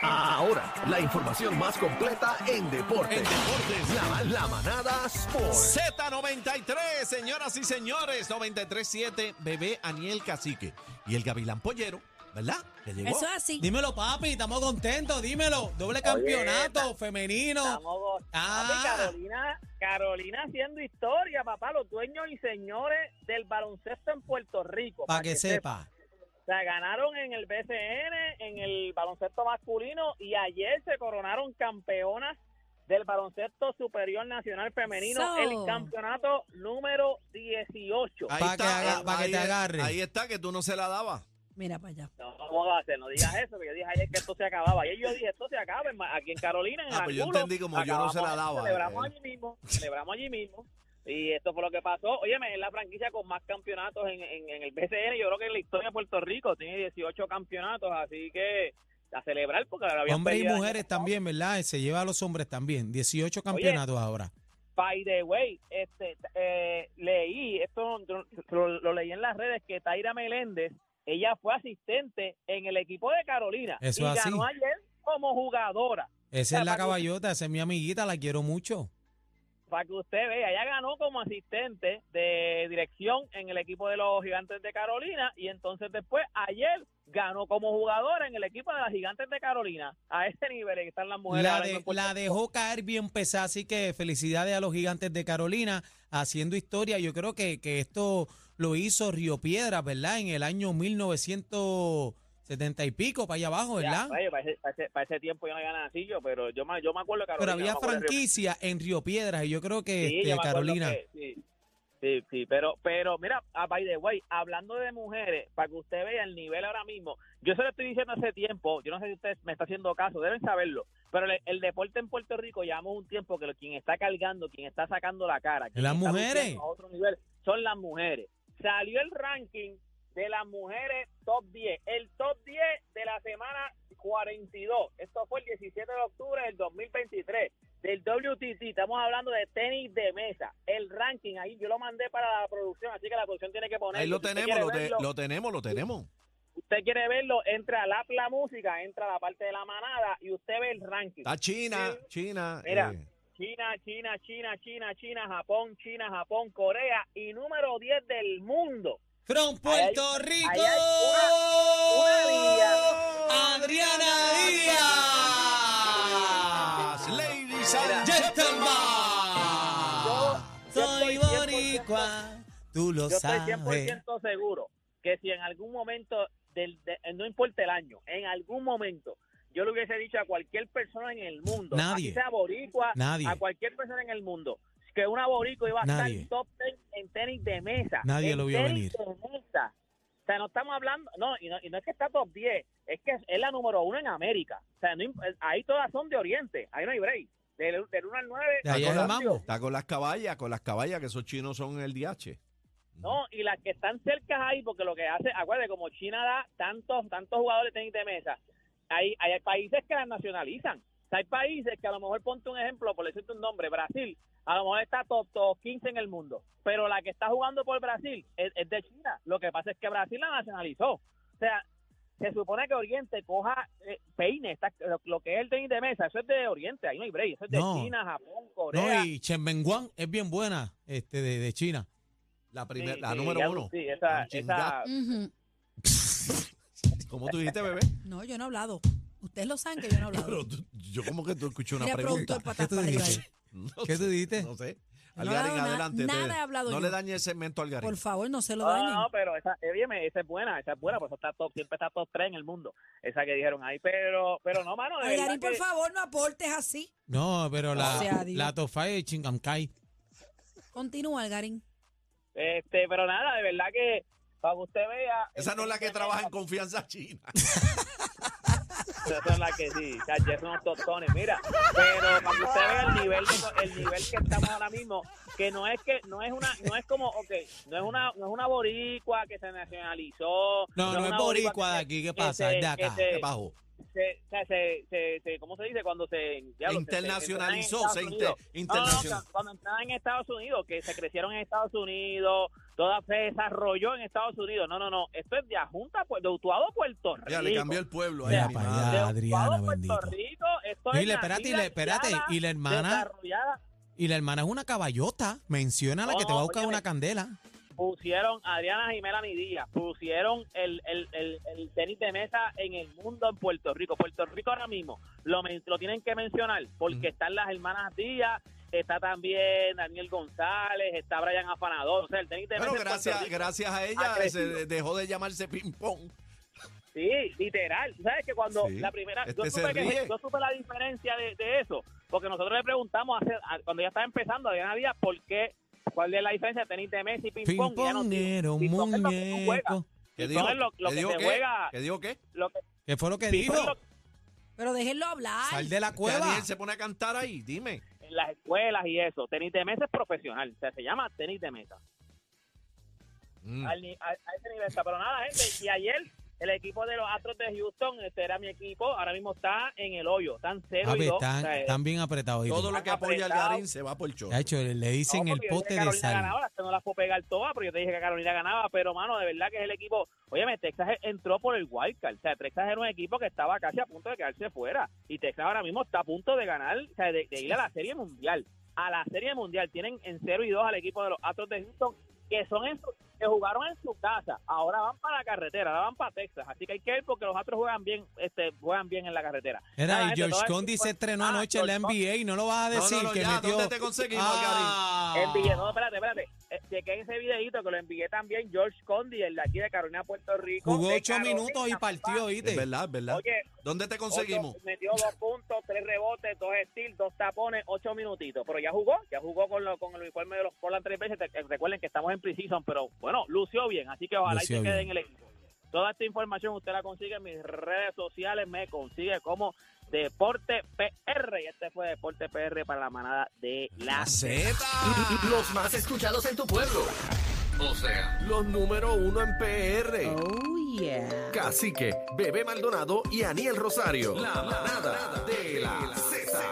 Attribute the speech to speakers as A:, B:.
A: Ahora, la información más completa en deporte.
B: En deportes.
A: La, la manada Sport.
B: Z93, señoras y señores, 93.7, bebé Aniel Cacique. Y el Gavilán Pollero, ¿verdad? Que llegó.
C: Eso es así.
D: Dímelo, papi, estamos contentos, dímelo. Doble campeonato femenino.
E: Estamos gozando.
D: Ah.
E: Carolina, Carolina haciendo historia, papá, los dueños y señores del baloncesto en Puerto Rico.
D: Para que sepa.
E: O sea, ganaron en el BCN, en el baloncesto masculino y ayer se coronaron campeonas del baloncesto superior nacional femenino,
C: So.
E: el campeonato número 18.
B: Ahí
D: Pa'
B: está,
D: que haga- pa' que te
B: ahí-
D: agarre.
B: Ahí está, que tú no se la dabas.
C: Mira para allá.
E: No, ¿cómo va a ser? No digas eso, que yo dije ayer que esto se acababa. Ayer yo dije, esto se acaba en Ma- aquí en Carolina, en
B: Ah, pues yo
E: Angulo,
B: entendí como yo no se la
E: acabamos esto,
B: daba,
E: Celebramos
B: eh.
E: allí mismo, celebramos allí mismo. Y esto fue lo que pasó. Óyeme, es la franquicia con más campeonatos en, en- en el BCN. Yo creo que en la historia de Puerto Rico tiene 18 campeonatos, así que a celebrar porque la habían
D: Hombres y
E: perdido el año
D: mujeres
E: pasado.
D: también, ¿verdad? Se lleva a los hombres también. 18 campeonatos ahora.
E: By the way, este, eh, leí, esto lo, lo leí en las redes, que Taira Meléndez, ella fue asistente en el equipo de Carolina.
D: Eso
E: y
D: es así.
E: ganó ayer como jugadora.
D: Esa es la
E: Paco.
D: caballota, esa es mi amiguita, la quiero mucho.
E: Para que usted vea, ella ganó como asistente de dirección en el equipo de los Gigantes de Carolina y entonces después ayer ganó como jugadora en el equipo de las Gigantes de Carolina. A ese nivel están las mujeres.
D: La,
E: ahora mismo
D: de-
E: en Puerto
D: la dejó caer bien pesada, así que felicidades a los gigantes de Carolina haciendo historia. Yo creo que, que esto lo hizo Río Piedra, ¿verdad? En el año 1970 y pico, para allá abajo,
E: Ya,
D: ¿verdad?
E: oye, para, ese, para ese- para ese tiempo yo no ganaba así yo, pero yo me, yo me acuerdo de Carolina. yo
D: Pero había
E: me acuerdo de Río
D: franquicia en Río Piedras y yo creo que
E: Sí,
D: este,
E: yo me acuerdo
D: Carolina...
E: que- sí, sí, sí, pero, pero mira, a by the way, hablando de mujeres, para que usted vea el nivel ahora mismo, yo se lo estoy diciendo hace tiempo, yo no sé si usted me está haciendo caso, deben saberlo, pero le- el, deporte en Puerto Rico llevamos un tiempo que lo, quien está cargando, quien está sacando la cara, quien
D: Las
E: está
D: mujeres.
E: luciendo a otro nivel, son las mujeres. Salió el ranking de las mujeres top 10, el top 10 de la semana 42, esto fue el 17 de octubre del 2023 del WTT, estamos hablando de tenis de mesa. El ranking ahí yo lo mandé para la producción, así que la producción tiene que ponerlo.
B: Ahí lo
E: Si usted
B: tenemos,
E: quiere
B: lo, te-
E: verlo,
B: lo tenemos, lo tenemos.
E: Usted quiere verlo, entra a la, la música, entra a la parte de la manada y usted ve el ranking.
B: Está China, China.
E: Mira.
B: eh,
E: China, China, China, China, China, Japón, China, Japón, Corea y número 10 del mundo.
D: From Puerto Rico,
E: ahí hay una-
D: Adriana Díaz.
B: las ladies and
D: Mira.
B: gentlemen.
E: Yo
D: Soy
E: estoy 100%
D: boricua, tú lo
E: Yo estoy
D: sabes.
E: 100% seguro que si en algún momento, del, de- no importa el año, en algún momento yo le hubiese dicho a cualquier persona en el mundo,
D: Nadie.
E: así sea boricua,
D: Nadie.
E: a cualquier persona en el mundo, que una boricua iba a
D: Nadie.
E: estar top 10 en tenis de mesa.
D: Nadie
E: en
D: lo vio
E: tenis de mesa. O sea, no estamos hablando, no y, no, y no es que está top 10, es que es la número uno en América. O sea, no imp- ahí todas son de Oriente, ahí no hay break. Del, 1 al 9.
D: De ahí es el mambo.
B: Está con las caballas, con las caballas, que esos chinos son el DH.
E: No, y las que están cerca ahí, porque lo que hace, acuérdate, como China da tantos, tantos jugadores de tenis de mesa, hay, hay países que las nacionalizan. O sea, hay países que a lo mejor, ponte un ejemplo, por decirte un nombre, Brasil, a lo mejor está top, top 15 en el mundo, pero la que está jugando por Brasil es, es de China. Lo que pasa es que Brasil la nacionalizó. O sea, se supone que Oriente coja eh, peine, está, lo, lo que es el tenis de mesa, eso es de Oriente, ahí no hay break, eso es de
D: No.
E: China, Japón, Corea.
D: No, y Chen Menguan es bien buena este, de, de China.
B: La, primer-
E: Sí,
B: la
E: sí,
B: número
E: ya-
B: uno.
E: Sí, esa,
B: Con chinga-
E: esa,
C: Ujú.
B: ¿Cómo tú dijiste, bebé?
C: No, yo no he hablado. Ustedes lo saben que yo no he hablado.
B: Pero tú- yo como que tú escuché una
C: Mira,
B: pregunta.
C: productor, patas
D: ¿Qué tú
C: para arriba
D: dijiste?
C: ahí.
B: No
D: ¿Qué
B: sé,
D: tú dijiste?
B: No sé.
C: No he
B: Algarín,
C: hablado nada-
B: adelante. te-
C: nada he hablado
B: no
C: yo.
B: le dañe el segmento al Algarín.
C: Por favor, no se lo
E: No,
C: dañen.
E: no, pero esa, eh, óyeme, esa es buena, esa es buena, por eso está top, siempre está top 3 en el mundo, esa que dijeron ahí, pero, pero no, mano, de
C: Ay,
E: verdad
C: Garín, por
E: que-
C: favor, no aportes así.
D: No, pero la,
C: O sea, Dios.
D: la Tofai de Chingamkai.
C: Continúa, Garín.
E: este, pero nada, de verdad que, para que usted vea. este,
B: Esa no es la que trabaja en confianza china.
E: Esas son las que sí, o sea, ya son los tostones, mira, pero para que usted vea el nivel, de- el nivel que estamos ahora mismo, que no es que, no es una, no es como, ok, no es una, no es una boricua que se nacionalizó.
D: No, no es
E: una
D: boricua
E: que
D: de
E: se-
D: aquí, ¿qué
E: que
D: pasa?
E: se-
D: Es de
E: que
D: acá.
E: se-
B: Bajo.
E: se, o sea, se, se, se- ¿cómo se dice? Cuando se... ya lo- se- se-
B: Internacionalizó,
E: entrenan en
B: se
E: Estados
B: inter-
E: Unidos. No, no,
B: internacional-
E: cuando entraban en Estados Unidos, que se crecieron en Estados Unidos, toda se desarrolló en Estados Unidos. No, no, no. Esto es de Ajunta, pues, de Utuado, Puerto Rico.
B: Ya le cambió el pueblo. ahí,
D: Mira
B: mi
D: para
B: madre.
D: allá,
E: De Utuado,
D: Adriana,
E: Puerto
D: bendito.
E: Rico, esto
D: No, y
E: es
D: le- espérate, y le-
E: nacida,
D: espérate,
E: criada,
D: y la hermana-
E: desarrollada.
D: Y la hermana es una caballota. Menciona la que te va a buscar
E: Óyeme.
D: una candela.
E: pusieron a Adriana Jimena ni Díaz, pusieron el, el, el, el tenis de mesa en el mundo en Puerto Rico. Puerto Rico ahora mismo lo, men- lo tienen que mencionar porque
B: Ujú.
E: están las hermanas Díaz, está también Daniel González, está Brian Afanador, o sea, el tenis de
B: Pero
E: mesa en Puerto
B: gracias,
E: Rico.
B: gracias a
E: Ha
B: ella
E: crecido.
B: se dejó de llamarse ping pong.
E: Sí, literal. Tú sabes que cuando
B: Sí.
E: la primera...
B: Este
E: yo,
B: se
E: supe que-
B: ríe.
E: yo supe la diferencia de, de eso, porque nosotros le preguntamos hace- a- cuando ya estaba empezando a Adriana Díaz por qué... ¿Cuál es la diferencia de tenis de mesa y
D: Ping
E: ping-pong? Ella nos dijo,
D: ponero,
E: ping-pong es lo que tú juegas.
D: muñeco.
B: ¿Qué
E: Ping-pong
B: dijo?
E: es lo- lo
B: ¿Qué
E: que
B: dijo
E: se
B: qué?
E: juega.
B: ¿Qué dijo qué?
E: lo que
D: ¿Qué fue lo que
E: Sí,
D: dijo?
E: pero
C: Pero déjenlo hablar.
D: Sal de la
B: Que
D: cueva.
B: Daniel se pone a cantar ahí, dime.
E: en las escuelas y eso, tenis de mesa es profesional, o sea, se llama tenis de mesa.
B: Mm.
E: Al ni- a, a ese nivel está, pero nada, gente, y ayer el equipo de los Astros de Houston, este era mi equipo, ahora mismo está en el hoyo, están 0
D: Papi,
E: y 2.
D: están,
E: o sea,
D: están bien apretados. ¿viste?
B: Todo lo que apoya al
E: apretado.
B: Garín se va por el show.
D: De hecho, le dicen
E: no,
D: el
E: porque yo
D: pote
E: dije
D: de
E: Carolina
D: sal.
E: ganaba, esta no las puedo pegar todas, pero yo te dije que Carolina ganaba, pero mano, de verdad que es el equipo. Óyeme, Texas e- entró por el wildcard, o sea, Texas era un equipo que estaba casi a punto de quedarse fuera, y Texas ahora mismo está a punto de ganar, o sea, de, de ir a la Serie Mundial. A la Serie Mundial tienen en 0 y 2 al equipo de los Astros de Houston, que son en su- que jugaron en su casa, ahora van para la carretera, ahora van para Texas, así que hay que ver porque los Astros juegan bien, este, juegan bien en la carretera. Nada,
D: Era, y
E: gente,
D: George
E: todo el
D: Condi
E: equipo-
D: se estrenó
E: Ah,
D: anoche en la
E: George Condi.
D: NBA y no lo vas a decir
B: no, no,
D: que
B: ya,
D: metió.
B: ¿dónde te conseguimos,
D: Ah.
E: Envié, no, espérate, espérate. Eh, Chequé ese videito que lo envié también George Condi, el de aquí de Carolina, Puerto Rico.
D: Jugó
E: De
D: ocho
E: Carolina,
D: minutos y
E: papá.
D: partió,
B: Es
D: ¿viste?
B: verdad, es verdad.
E: Oye,
B: ¿Dónde te conseguimos?
E: conseguimos. metió dos puntos, tres rebotes, dos steals, dos tapones, ocho minutitos. Pero ya jugó, ya jugó con, lo- con el uniforme de los Portland tres veces. Recuerden que estamos en preseason, pero bueno, lució bien. Así que ojalá
D: Lució
E: y se quede en
D: bien.
E: el equipo. Toda esta información usted la consigue en mis redes sociales. Me consigue como Deporte PR. Y este fue Deporte PR para la manada de la
B: Z.
A: Los más escuchados en tu pueblo. O sea, los número uno en PR.
F: Oh, yeah.
A: Cacique, Bebé Maldonado y Aniel Rosario. La manada de la Z.